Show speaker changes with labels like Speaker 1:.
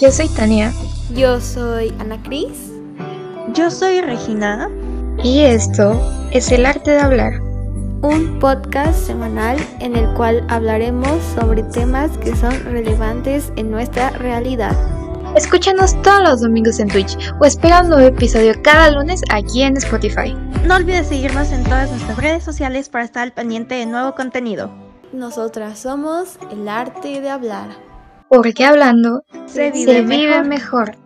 Speaker 1: Yo soy Tania.
Speaker 2: Yo soy Ana Cris.
Speaker 3: Yo soy Regina.
Speaker 1: Y esto es El Arte de Hablar.
Speaker 2: Un podcast semanal en el cual hablaremos sobre temas que son relevantes en nuestra realidad.
Speaker 1: Escúchanos todos los domingos en Twitch o espera un nuevo episodio cada lunes aquí en Spotify.
Speaker 3: No olvides seguirnos en todas nuestras redes sociales para estar al pendiente de nuevo contenido.
Speaker 2: Nosotras somos el arte de hablar.
Speaker 1: Porque hablando se vive, se vive mejor. mejor.